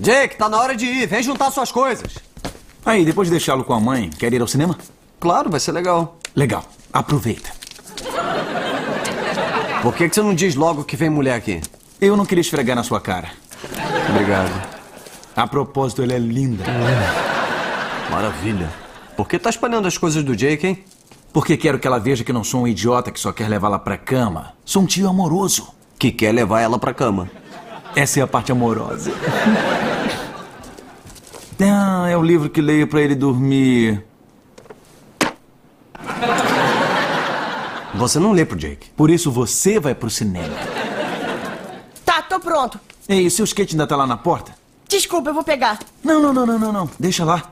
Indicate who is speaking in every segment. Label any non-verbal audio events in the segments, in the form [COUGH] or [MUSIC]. Speaker 1: Jake, tá na hora de ir. Vem juntar suas coisas.
Speaker 2: Aí, depois de deixá-lo com a mãe, quer ir ao cinema?
Speaker 1: Claro, vai ser legal.
Speaker 2: Legal, aproveita.
Speaker 1: Por que, que você não diz logo que vem mulher aqui?
Speaker 2: Eu não queria esfregar na sua cara.
Speaker 1: Obrigado.
Speaker 2: A propósito, ela é linda.
Speaker 1: Maravilha. Por que tá espalhando as coisas do Jake, hein?
Speaker 2: Porque quero que ela veja que não sou um idiota que só quer levá-la pra cama. Sou um tio amoroso.
Speaker 1: Que quer levar ela pra cama.
Speaker 2: Essa é a parte amorosa. [LAUGHS] Ah, é o livro que leio pra ele dormir.
Speaker 1: Você não lê pro Jake.
Speaker 2: Por isso você vai pro cinema.
Speaker 3: Tá, tô pronto.
Speaker 2: Ei, seu skate ainda tá lá na porta?
Speaker 3: Desculpa, eu vou pegar.
Speaker 2: Não, não, não, não, não, não. Deixa lá.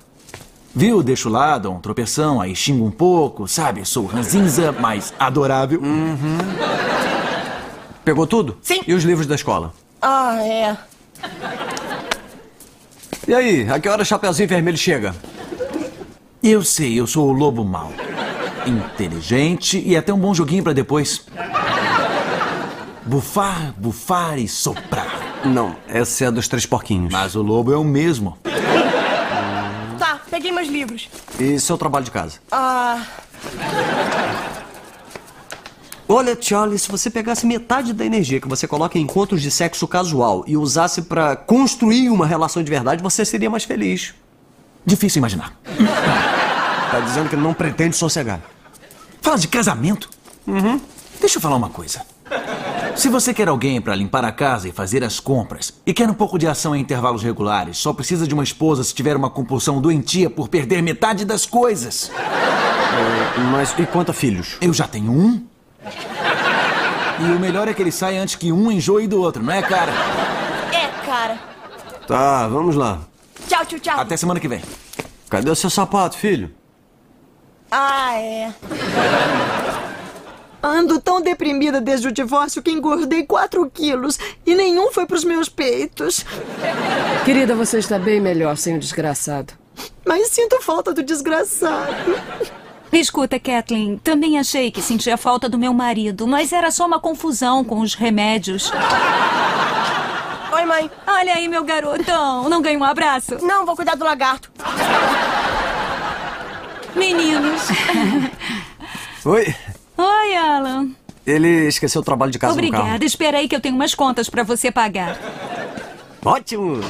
Speaker 2: Viu? Deixo lá, dou um tropeção, aí xingo um pouco, sabe? Sou ranzinza, mas adorável.
Speaker 1: Pegou tudo?
Speaker 3: Sim.
Speaker 1: E os livros da escola?
Speaker 3: Ah, é.
Speaker 1: E aí, a que hora o Chapeuzinho Vermelho chega?
Speaker 2: Eu sei, eu sou o lobo mau. Inteligente e até um bom joguinho pra depois. Bufar, bufar e soprar.
Speaker 1: Não, essa é a dos Três Porquinhos.
Speaker 2: Mas o lobo é o mesmo.
Speaker 3: Tá, peguei meus livros.
Speaker 1: E seu trabalho de casa?
Speaker 3: Ah,
Speaker 1: Olha, Charlie, se você pegasse metade da energia que você coloca em encontros de sexo casual e usasse pra construir uma relação de verdade, você seria mais feliz.
Speaker 2: Difícil imaginar.
Speaker 1: Tá dizendo que não pretende sossegar.
Speaker 2: Fala de casamento? Deixa eu falar uma coisa. Se você quer alguém pra limpar a casa e fazer as compras, e quer um pouco de ação em intervalos regulares, só precisa de uma esposa se tiver uma compulsão doentia por perder metade das coisas.
Speaker 1: Mas e quanto a filhos?
Speaker 2: Eu já tenho um. E o melhor é que ele sai antes que um enjoe do outro, não é, cara?
Speaker 3: é, cara.
Speaker 1: Tá, vamos lá.
Speaker 3: Tchau, tio Charlie.
Speaker 2: Até semana que vem.
Speaker 1: Cadê o seu sapato, filho?
Speaker 3: Ah, é.
Speaker 4: Ando tão deprimida desde o divórcio que engordei 4 quilos e nenhum foi pros meus peitos.
Speaker 5: Querida, você está bem melhor sem o desgraçado.
Speaker 4: Mas sinto falta do desgraçado.
Speaker 6: Escuta, Kathleen, também achei que sentia falta do meu marido, mas era só uma confusão com os remédios.
Speaker 3: Oi, mãe.
Speaker 6: Olha aí, meu garotão, não ganha um abraço?
Speaker 3: Não, vou cuidar do lagarto.
Speaker 6: Meninos.
Speaker 1: Oi,
Speaker 6: Oi, Alan.
Speaker 1: ele esqueceu o trabalho de casa no carro.
Speaker 6: Obrigada, espera aí que eu tenho umas contas pra você pagar.
Speaker 1: Ótimo!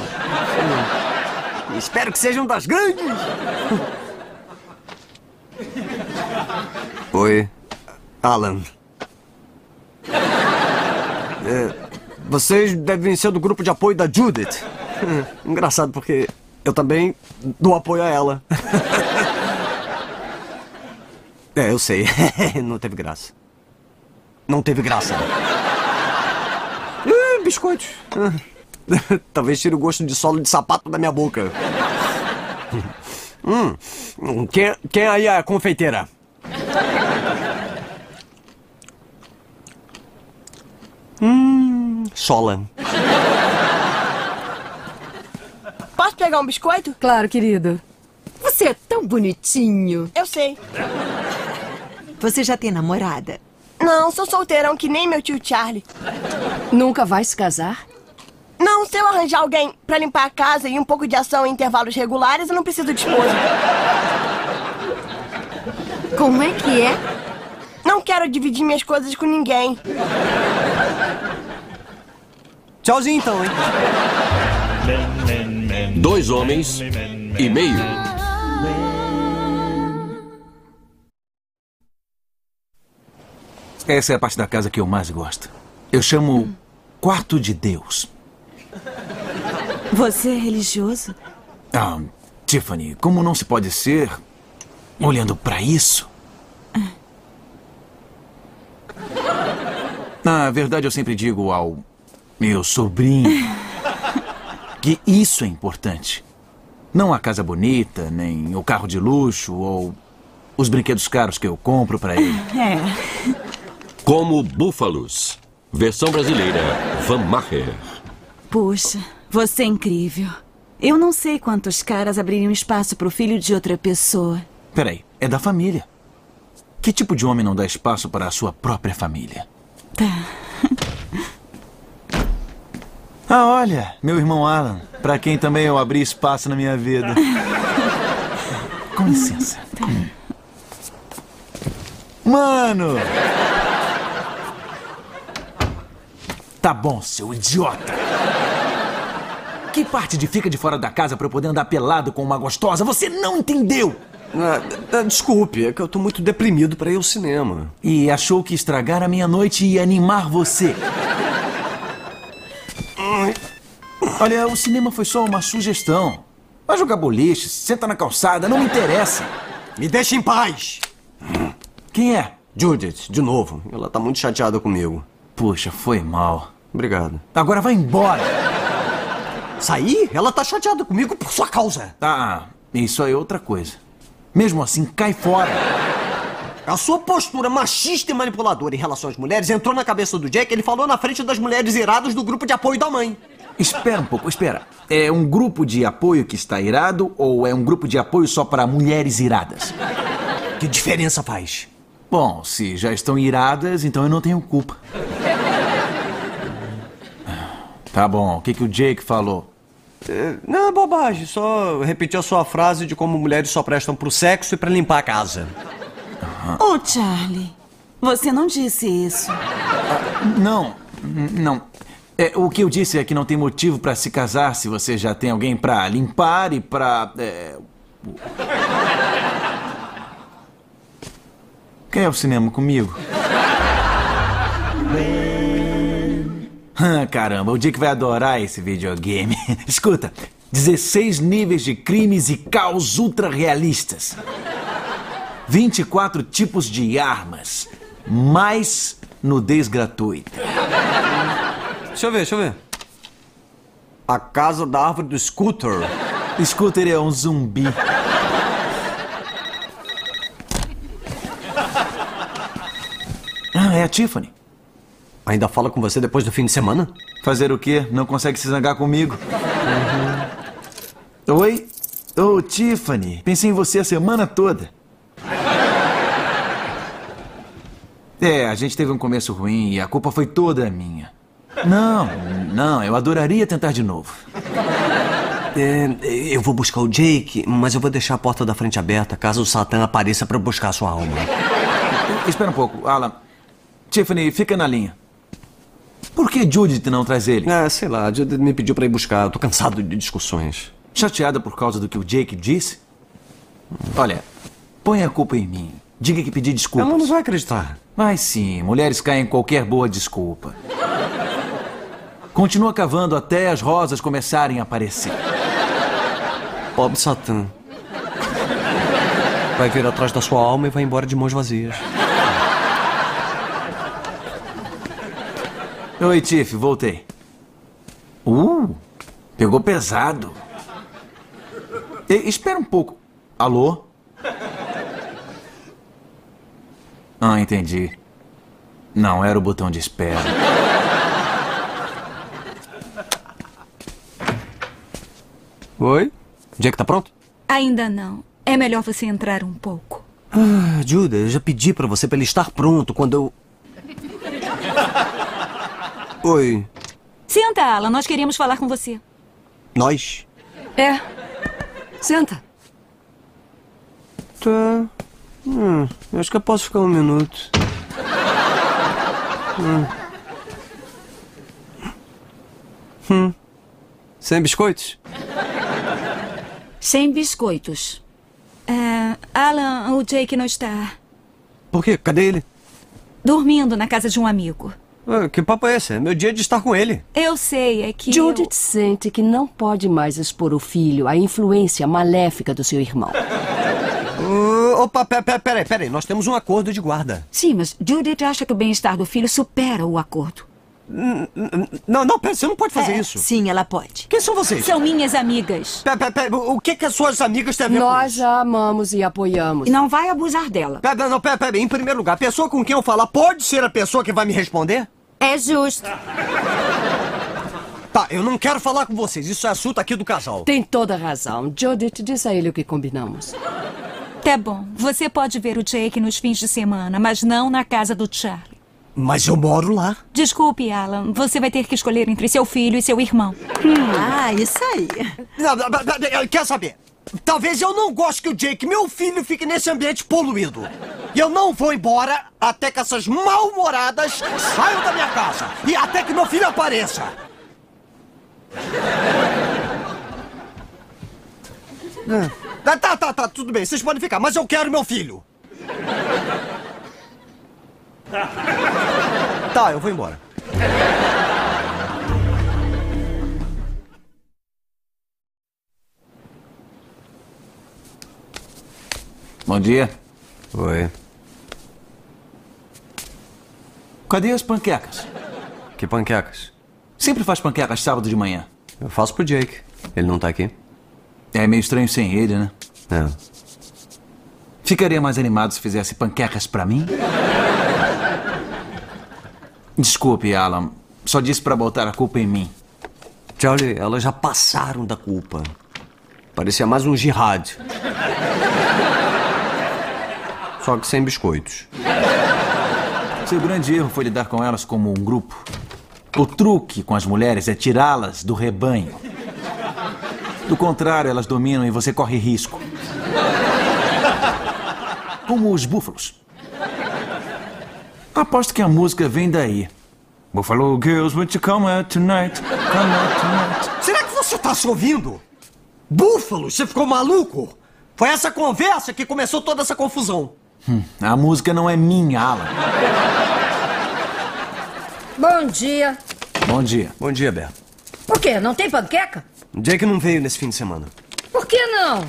Speaker 1: Espero que sejam das grandes! Oi, Alan. É, vocês devem ser do grupo de apoio da Judith. [LAUGHS] Engraçado, porque eu também dou apoio a ela. [LAUGHS] É, eu sei. [LAUGHS] Não teve graça. Não teve graça. Ih, biscoitos. [LAUGHS] Talvez tire o gosto de solo de sapato da minha boca. Hum, quem, quem aí é a confeiteira? Hum, sola.
Speaker 3: Posso pegar um biscoito?
Speaker 5: Claro, querido.
Speaker 7: Você é tão bonitinho.
Speaker 3: Eu sei.
Speaker 7: Você já tem namorada?
Speaker 3: Não, sou solteirão que nem meu tio Charlie.
Speaker 5: Nunca vai se casar?
Speaker 3: Não, se eu arranjar alguém pra limpar a casa e um pouco de ação em intervalos regulares, eu não preciso de esposa.
Speaker 7: Como é que é?
Speaker 3: Não quero dividir minhas coisas com ninguém.
Speaker 1: Tchauzinho então, hein?
Speaker 8: Dois homens e meio.
Speaker 2: Essa é a parte da casa que eu mais gosto. Eu chamo quarto de Deus.
Speaker 7: Você é religioso?
Speaker 2: Ah, Tiffany, como não se pode ser olhando pra isso?
Speaker 7: Ah.
Speaker 2: Na verdade, eu sempre digo ao meu sobrinho que isso é importante. Não a casa bonita, nem o carro de luxo ou os brinquedos caros que eu compro pra ele.
Speaker 6: É.
Speaker 8: Como búfalos. Versão brasileira, Van Maher.
Speaker 7: Puxa, você é incrível. Eu não sei quantos caras abririam espaço pro filho de outra pessoa.
Speaker 2: Peraí, é da família. Que tipo de homem não dá espaço para a sua própria família?
Speaker 7: Tá.
Speaker 2: [LAUGHS] Ah, olha, meu irmão Alan, pra quem também eu abri espaço na minha vida. Com licença. Mano! Tá bom, seu idiota! Que parte de fica de fora da casa pra eu poder andar pelado com uma gostosa? Você não entendeu!
Speaker 1: Ah, ah, desculpe, é que eu tô muito deprimido pra ir ao cinema.
Speaker 2: E achou que estragar a minha noite ia animar você. Olha, o cinema foi só uma sugestão. Vai jogar boliche, senta na calçada, não me interessa.
Speaker 1: Me deixa em paz!
Speaker 2: Quem é?
Speaker 1: Judith, de novo. Ela tá muito chateada comigo.
Speaker 2: Puxa, foi mal.
Speaker 1: Obrigado.
Speaker 2: Agora vai embora.
Speaker 1: Sair? Ela tá chateada comigo por sua causa.
Speaker 2: Ah, isso aí é outra coisa. Mesmo assim, cai fora.
Speaker 1: A sua postura machista e manipuladora em relação às mulheres entrou na cabeça do Jack. Ele falou na frente das mulheres iradas do grupo de apoio da mãe.
Speaker 2: Espera um pouco, espera. É um grupo de apoio que está irado ou é um grupo de apoio só para mulheres iradas?
Speaker 1: Que diferença faz?
Speaker 2: Bom, se já estão iradas, então eu não tenho culpa. Tá bom, o que, que o Jake falou?
Speaker 1: Não, é bobagem. Só repetir a sua frase de como mulheres só prestam pro sexo e pra limpar a casa.
Speaker 7: Ô, Charlie, você não disse isso.
Speaker 2: Não, n- não. É, o que eu disse é que não tem motivo para se casar se você já tem alguém para limpar e para. é, o- Quer ir ao é cinema comigo? Ah, caramba, o Dick vai adorar esse videogame. [LAUGHS] Escuta, 16 níveis de crimes e caos ultra realistas. 24 tipos de armas, mais nudez gratuita.
Speaker 1: Deixa eu ver, deixa eu ver. A casa da árvore do scooter.
Speaker 2: Scooter é um zumbi. Ah, é a Tiffany.
Speaker 1: Ainda fala com você depois do fim de semana?
Speaker 2: Fazer o quê? Não consegue se zangar comigo. Uhum. Oi? Ô, Tiffany. Pensei em você a semana toda. É, a gente teve um começo ruim e a culpa foi toda minha. Não, não, eu adoraria tentar de novo.
Speaker 1: É, eu vou buscar o Jake, mas eu vou deixar a porta da frente aberta caso o Satã apareça pra buscar a sua alma.
Speaker 2: Espera um pouco, Alan. Tiffany, fica na linha. Por que Judith não traz ele?
Speaker 1: Ah, sei lá, a Judith me pediu pra ir buscar. Eu tô cansado de discussões.
Speaker 2: Chateada por causa do que o Jake disse? Olha, põe a culpa em mim. Diga que pedi
Speaker 1: Ela não
Speaker 2: desculpas.
Speaker 1: vai acreditar.
Speaker 2: Mas sim, mulheres caem em qualquer boa desculpa. Continua cavando até as rosas começarem a aparecer.
Speaker 1: Pobre Satã. Vai vir atrás da sua alma e vai embora de mãos vazias.
Speaker 2: Oi, Tiff, voltei. Uh, pegou pesado. E- espera um pouco. Alô? Ah, entendi. Não, era o botão de espera.
Speaker 1: Oi? Jack tá pronto?
Speaker 6: Ainda não. É melhor você entrar um pouco.
Speaker 1: Ah, Judah, eu já pedi pra você pra ele estar pronto quando eu. Oi.
Speaker 6: Senta, Alan. Nós queríamos falar com você.
Speaker 1: Nós?
Speaker 5: É. Senta.
Speaker 1: Tá. Hum, eu acho que eu posso ficar um minuto. Hum. Hum. Sem biscoitos?
Speaker 9: Sem biscoitos.
Speaker 6: É, Alan, o Jake não está.
Speaker 1: Por quê? Cadê ele?
Speaker 6: Dormindo na casa de um amigo.
Speaker 1: Ah, que papo é esse? É meu dia de estar com ele.
Speaker 6: Eu sei, é que.
Speaker 9: Judith
Speaker 6: eu-
Speaker 9: sente que não pode mais expor o filho à influência maléfica do seu irmão.
Speaker 1: Ô, opa, pe- pe- peraí, peraí. Nós temos um acordo de guarda.
Speaker 9: Sim, mas Judith acha que o bem-estar do filho supera o acordo.
Speaker 1: Não, não, pera, você não pode fazer
Speaker 7: É,
Speaker 1: isso.
Speaker 7: Sim, ela pode.
Speaker 1: Quem são vocês?
Speaker 6: São minhas amigas.
Speaker 1: Pera, pera, pera, o que que as suas amigas têm a ver com
Speaker 5: Nós
Speaker 1: isso?
Speaker 5: a amamos e apoiamos.
Speaker 9: E não vai abusar dela.
Speaker 1: Pera, não, pera, pera, em primeiro lugar, a pessoa com quem eu falar pode ser a pessoa que vai me responder?
Speaker 9: É justo.
Speaker 1: Tá, eu não quero falar com vocês, isso é assunto aqui do casal.
Speaker 5: Tem toda razão. Judith, diz a ele o que combinamos.
Speaker 6: Tá bom. Você pode ver o Jake nos fins de semana, mas não na casa do Charlie.
Speaker 1: Mas eu moro lá.
Speaker 6: Desculpe, Alan. Você vai ter que escolher entre seu filho e seu irmão.
Speaker 7: Ah, isso aí.
Speaker 1: Não, não, não, não, Quer saber? Talvez eu não goste que o Jake, meu filho, fique nesse ambiente poluído. E eu não vou embora até que essas mal-humoradas saiam da minha casa. E até que meu filho apareça. Tá, tá, tá, tá, tudo bem. Vocês podem ficar, mas eu quero meu filho. Tá, eu vou embora.
Speaker 2: Bom dia.
Speaker 1: Oi.
Speaker 2: Cadê as panquecas?
Speaker 1: Que panquecas?
Speaker 2: Sempre faz panquecas sábado de manhã.
Speaker 1: Eu faço pro Jake. Ele não tá aqui?
Speaker 2: É meio estranho sem ele, né?
Speaker 1: É.
Speaker 2: Ficaria mais animado se fizesse panquecas pra mim? Desculpe, Alan. Só disse pra botar a culpa em mim.
Speaker 1: Charlie, elas já passaram da culpa. Parecia mais um jihad. Só que sem biscoitos.
Speaker 2: Seu grande erro foi lidar com elas como um grupo. O truque com as mulheres é tirá-las do rebanho. Do contrário, elas dominam e você corre risco. Como os búfalos. Aposto que a música vem daí. Buffalo girls, won't you come out tonight? Come out tonight.
Speaker 1: Será que você tá se ouvindo? Búfalo, você ficou maluco? Foi essa conversa que começou toda essa confusão.
Speaker 2: A música não é minha, Alan.
Speaker 10: Bom dia.
Speaker 2: Bom dia.
Speaker 1: Bom dia, Beto.
Speaker 10: Por quê? Não tem panqueca?
Speaker 1: Jake não veio nesse fim de semana.
Speaker 10: Por que não?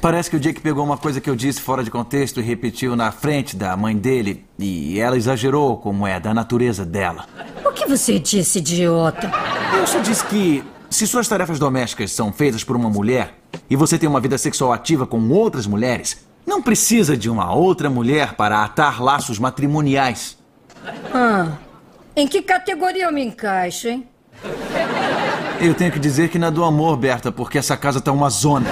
Speaker 2: Parece que o Jake pegou uma coisa que eu disse fora de contexto e repetiu na frente da mãe dele. E ela exagerou, como é da natureza dela.
Speaker 10: O que você disse, idiota?
Speaker 2: Eu só disse que se suas tarefas domésticas são feitas por uma mulher e você tem uma vida sexual ativa com outras mulheres, não precisa de uma outra mulher para atar laços matrimoniais.
Speaker 10: Ah, em que categoria eu me encaixo, hein?
Speaker 2: Eu tenho que dizer que na do amor, Berta, porque essa casa tá uma zona.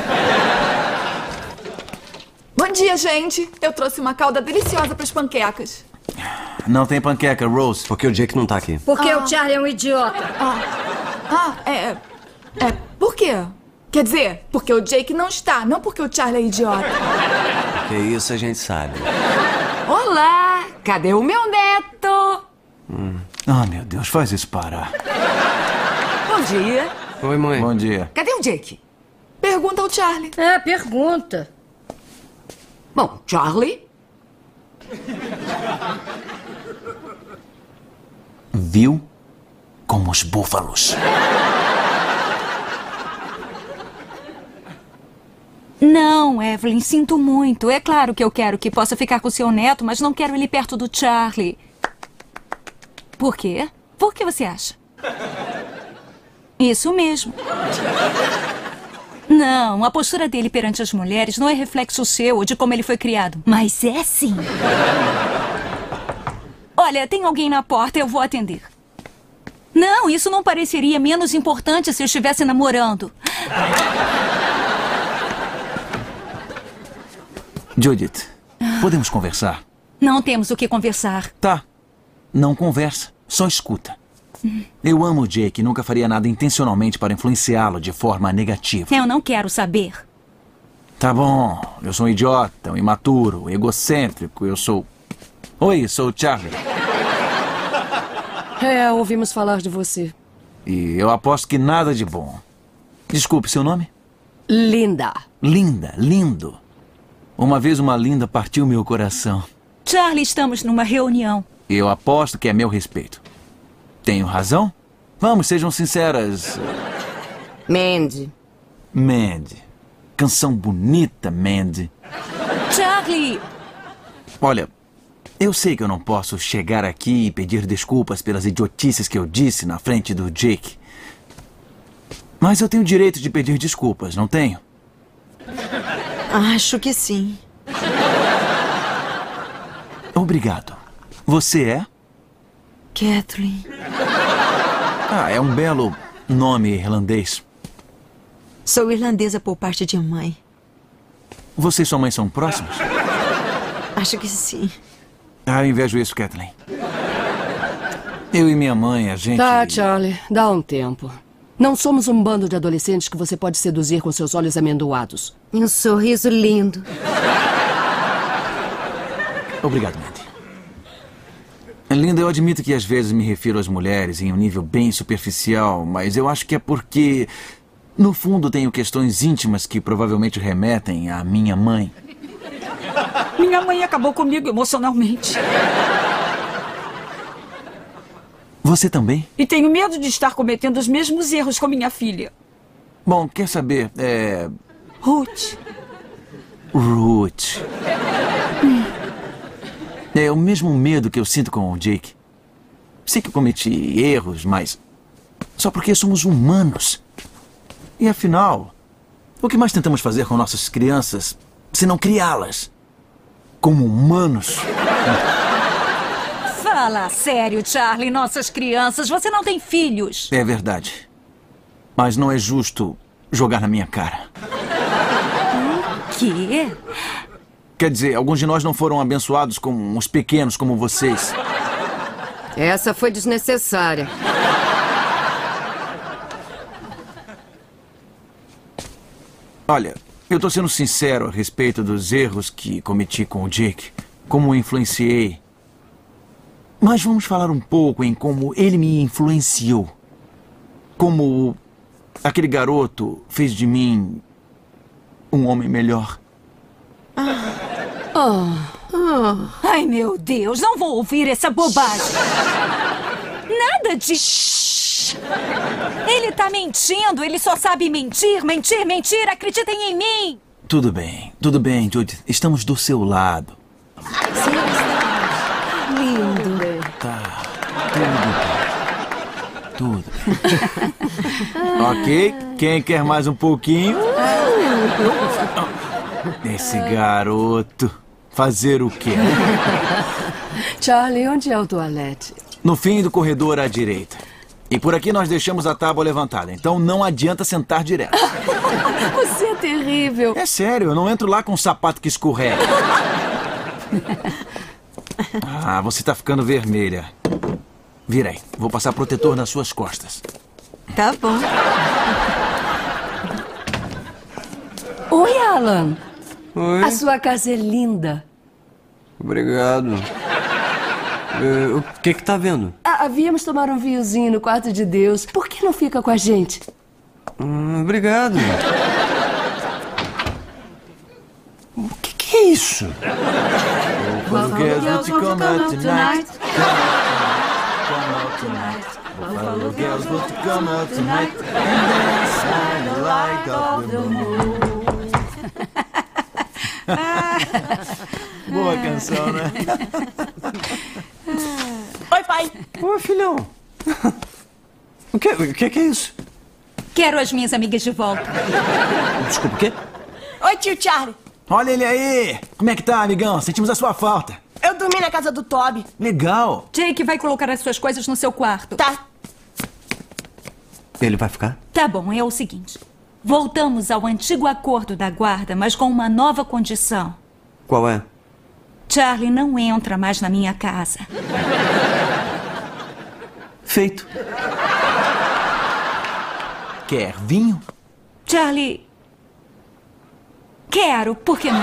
Speaker 11: Bom dia, gente. Eu trouxe uma calda deliciosa para as panquecas.
Speaker 2: Não tem panqueca, Rose.
Speaker 1: Porque o Jake não tá aqui.
Speaker 10: Porque
Speaker 6: Ah.
Speaker 10: o Charlie é um idiota.
Speaker 11: Ah, é. É. Por quê? Quer dizer, porque o Jake não está, não porque o Charlie é idiota.
Speaker 1: Que isso a gente sabe.
Speaker 10: Olá, cadê o meu neto?
Speaker 2: Ah, meu Deus, faz isso parar.
Speaker 7: Bom dia.
Speaker 1: Oi, mãe.
Speaker 2: Bom dia.
Speaker 10: Cadê o Jake?
Speaker 11: Pergunta ao Charlie.
Speaker 10: É, pergunta. Bom, Charlie?
Speaker 2: Viu? Como os búfalos.
Speaker 6: Não, Evelyn, sinto muito. É claro que eu quero que possa ficar com seu neto, mas não quero ele perto do Charlie. Por quê? Por que você acha? Isso mesmo. Não, a postura dele perante as mulheres não é reflexo seu ou de como ele foi criado. Mas é sim. Olha, tem alguém na porta, eu vou atender. Não, isso não pareceria menos importante se eu estivesse namorando.
Speaker 2: Judith, podemos conversar?
Speaker 6: Não temos o que conversar.
Speaker 2: Tá. Não conversa, só escuta. Eu amo o Jake e nunca faria nada intencionalmente para influenciá-lo de forma negativa.
Speaker 6: Eu não quero saber.
Speaker 2: Tá bom, eu sou um idiota, um imaturo, um egocêntrico, eu sou. Oi, sou o Charlie.
Speaker 5: É, ouvimos falar de você.
Speaker 2: E eu aposto que nada de bom. Desculpe, seu nome?
Speaker 9: Linda.
Speaker 2: Linda, lindo. Uma vez uma linda partiu meu coração.
Speaker 6: Charlie, estamos numa reunião.
Speaker 2: E eu aposto que é meu respeito. Tenho razão? Vamos, sejam sinceras.
Speaker 9: Mandy.
Speaker 2: Mandy. Canção bonita, Mandy.
Speaker 6: Charlie!
Speaker 2: Olha, eu sei que eu não posso chegar aqui e pedir desculpas pelas idiotices que eu disse na frente do Jake. Mas eu tenho o direito de pedir desculpas, não tenho?
Speaker 4: Acho que sim.
Speaker 2: Obrigado. Você é?
Speaker 4: Catherine.
Speaker 2: Ah, é um belo nome irlandês.
Speaker 4: Sou irlandesa por parte de mãe.
Speaker 2: Você e sua mãe são próximos?
Speaker 4: Acho que sim.
Speaker 2: Ah, eu invejo isso, Kathleen. Eu e minha mãe, a gente.
Speaker 9: Tá, Charlie, dá um tempo. Não somos um bando de adolescentes que você pode seduzir com seus olhos amendoados.
Speaker 12: E um sorriso lindo.
Speaker 2: Obrigado, Mandy. Linda, eu admito que às vezes me refiro às mulheres em um nível bem superficial, mas eu acho que é porque, no fundo, tenho questões íntimas que provavelmente remetem à minha mãe.
Speaker 7: Minha mãe acabou comigo emocionalmente.
Speaker 2: Você também?
Speaker 7: E tenho medo de estar cometendo os mesmos erros com minha filha.
Speaker 2: Bom, quer saber? É.
Speaker 7: Ruth.
Speaker 2: Ruth. É o mesmo medo que eu sinto com o Jake. Sei que cometi erros, mas. Só porque somos humanos. E afinal, o que mais tentamos fazer com nossas crianças se não criá-las? Como humanos?
Speaker 6: Fala sério, Charlie, nossas crianças. Você não tem filhos.
Speaker 2: É verdade. Mas não é justo jogar na minha cara.
Speaker 6: O quê?
Speaker 2: Quer dizer, alguns de nós não foram abençoados com os pequenos como vocês.
Speaker 12: Essa foi desnecessária.
Speaker 2: Olha, eu tô sendo sincero a respeito dos erros que cometi com o Jake, como o influenciei. Mas vamos falar um pouco em como ele me influenciou. Como aquele garoto fez de mim um homem melhor.
Speaker 6: Ai, meu Deus, não vou ouvir essa bobagem. Nada de. Ele tá mentindo, ele só sabe mentir, mentir, mentir. Acreditem em mim.
Speaker 2: Tudo bem, tudo bem, Judith. Estamos do seu lado.
Speaker 6: Lindo.
Speaker 2: Tá. Tudo. bem. [LAUGHS] Tudo. ok, quem quer mais um pouquinho? Esse garoto. Fazer o quê?
Speaker 5: Charlie, onde é o toalete?
Speaker 2: No fim do corredor à direita. E por aqui nós deixamos a tábua levantada, então não adianta sentar direto.
Speaker 5: Você é terrível.
Speaker 2: É sério, eu não entro lá com um sapato que [LAUGHS] escorrega. Ah, você tá ficando vermelha. Vira aí, vou passar protetor nas suas costas.
Speaker 12: Tá bom.
Speaker 9: Oi, Alan.
Speaker 13: Oi.
Speaker 9: A sua casa é linda.
Speaker 13: Obrigado.
Speaker 1: Eh,
Speaker 13: É, o que que tá vendo?
Speaker 9: Ah, havíamos tomar um vinhozinho no quarto de Deus. Por que não fica com a gente?
Speaker 13: Hum, obrigado. O que que é isso?
Speaker 2: Quando quer,
Speaker 13: girls
Speaker 2: te come out tonight. [LAUGHS] Boa canção, né?
Speaker 3: Oi, pai.
Speaker 13: Ô, filhão. O que, o que que é isso?
Speaker 6: Quero as minhas amigas de volta.
Speaker 2: Desculpa, o quê?
Speaker 3: Oi, tio Charlie.
Speaker 2: Olha ele aí! Como é que tá, amigão? Sentimos a sua falta.
Speaker 3: Eu dormi na casa do Toby.
Speaker 2: Legal!
Speaker 6: Jake vai colocar as suas coisas no seu quarto.
Speaker 3: Tá.
Speaker 13: Ele vai ficar?
Speaker 6: Tá bom, é o seguinte. Voltamos ao antigo acordo da guarda, mas com uma nova condição.
Speaker 13: Qual é?
Speaker 6: Charlie não entra mais na minha casa.
Speaker 2: Feito. Quer vinho?
Speaker 6: Charlie. Quero, por que não?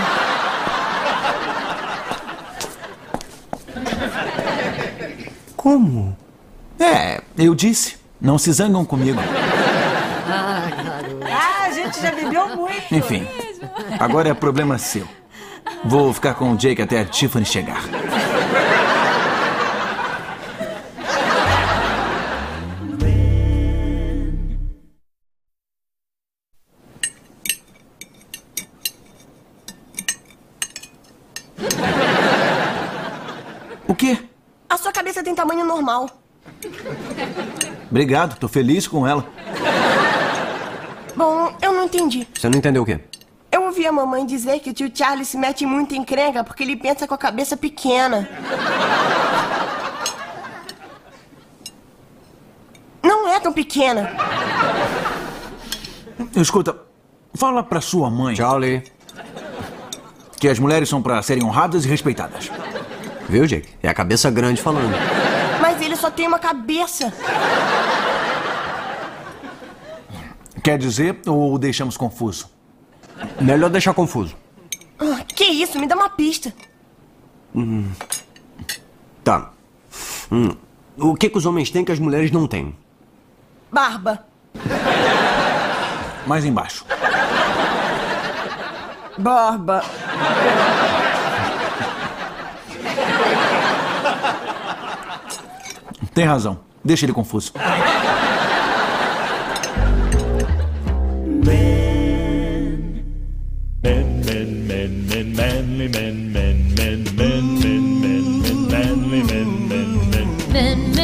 Speaker 13: Como?
Speaker 2: É, eu disse. Não se zangam comigo.
Speaker 7: Ah, a gente já bebeu muito.
Speaker 2: Enfim, agora é problema seu. Vou ficar com o Jake até a Tiffany chegar. O quê?
Speaker 3: A sua cabeça tem tamanho normal.
Speaker 2: Obrigado, tô feliz com ela.
Speaker 3: Bom, eu não entendi.
Speaker 13: Você não entendeu o quê?
Speaker 3: Eu ouvi a mamãe dizer que o tio Charlie se mete muito em crenga porque ele pensa com a cabeça pequena. Não é tão pequena.
Speaker 2: Escuta, fala pra sua mãe
Speaker 13: Charlie.
Speaker 2: que as mulheres são pra serem honradas e respeitadas.
Speaker 1: Viu, Jake? É a cabeça grande falando.
Speaker 3: Mas ele só tem uma cabeça.
Speaker 2: Quer dizer, ou o deixamos confuso?
Speaker 1: Melhor deixar confuso.
Speaker 3: Ah, Que isso, me dá uma pista.
Speaker 1: Hum. Tá. Hum. O que, que os homens têm que as mulheres não têm?
Speaker 3: Barba.
Speaker 2: Mais embaixo.
Speaker 3: Barba.
Speaker 2: Tem razão. Deixa ele confuso.
Speaker 14: Men, men, men, men, manly men, men, men, men, men, men, men, manly men, men, men.
Speaker 15: Men,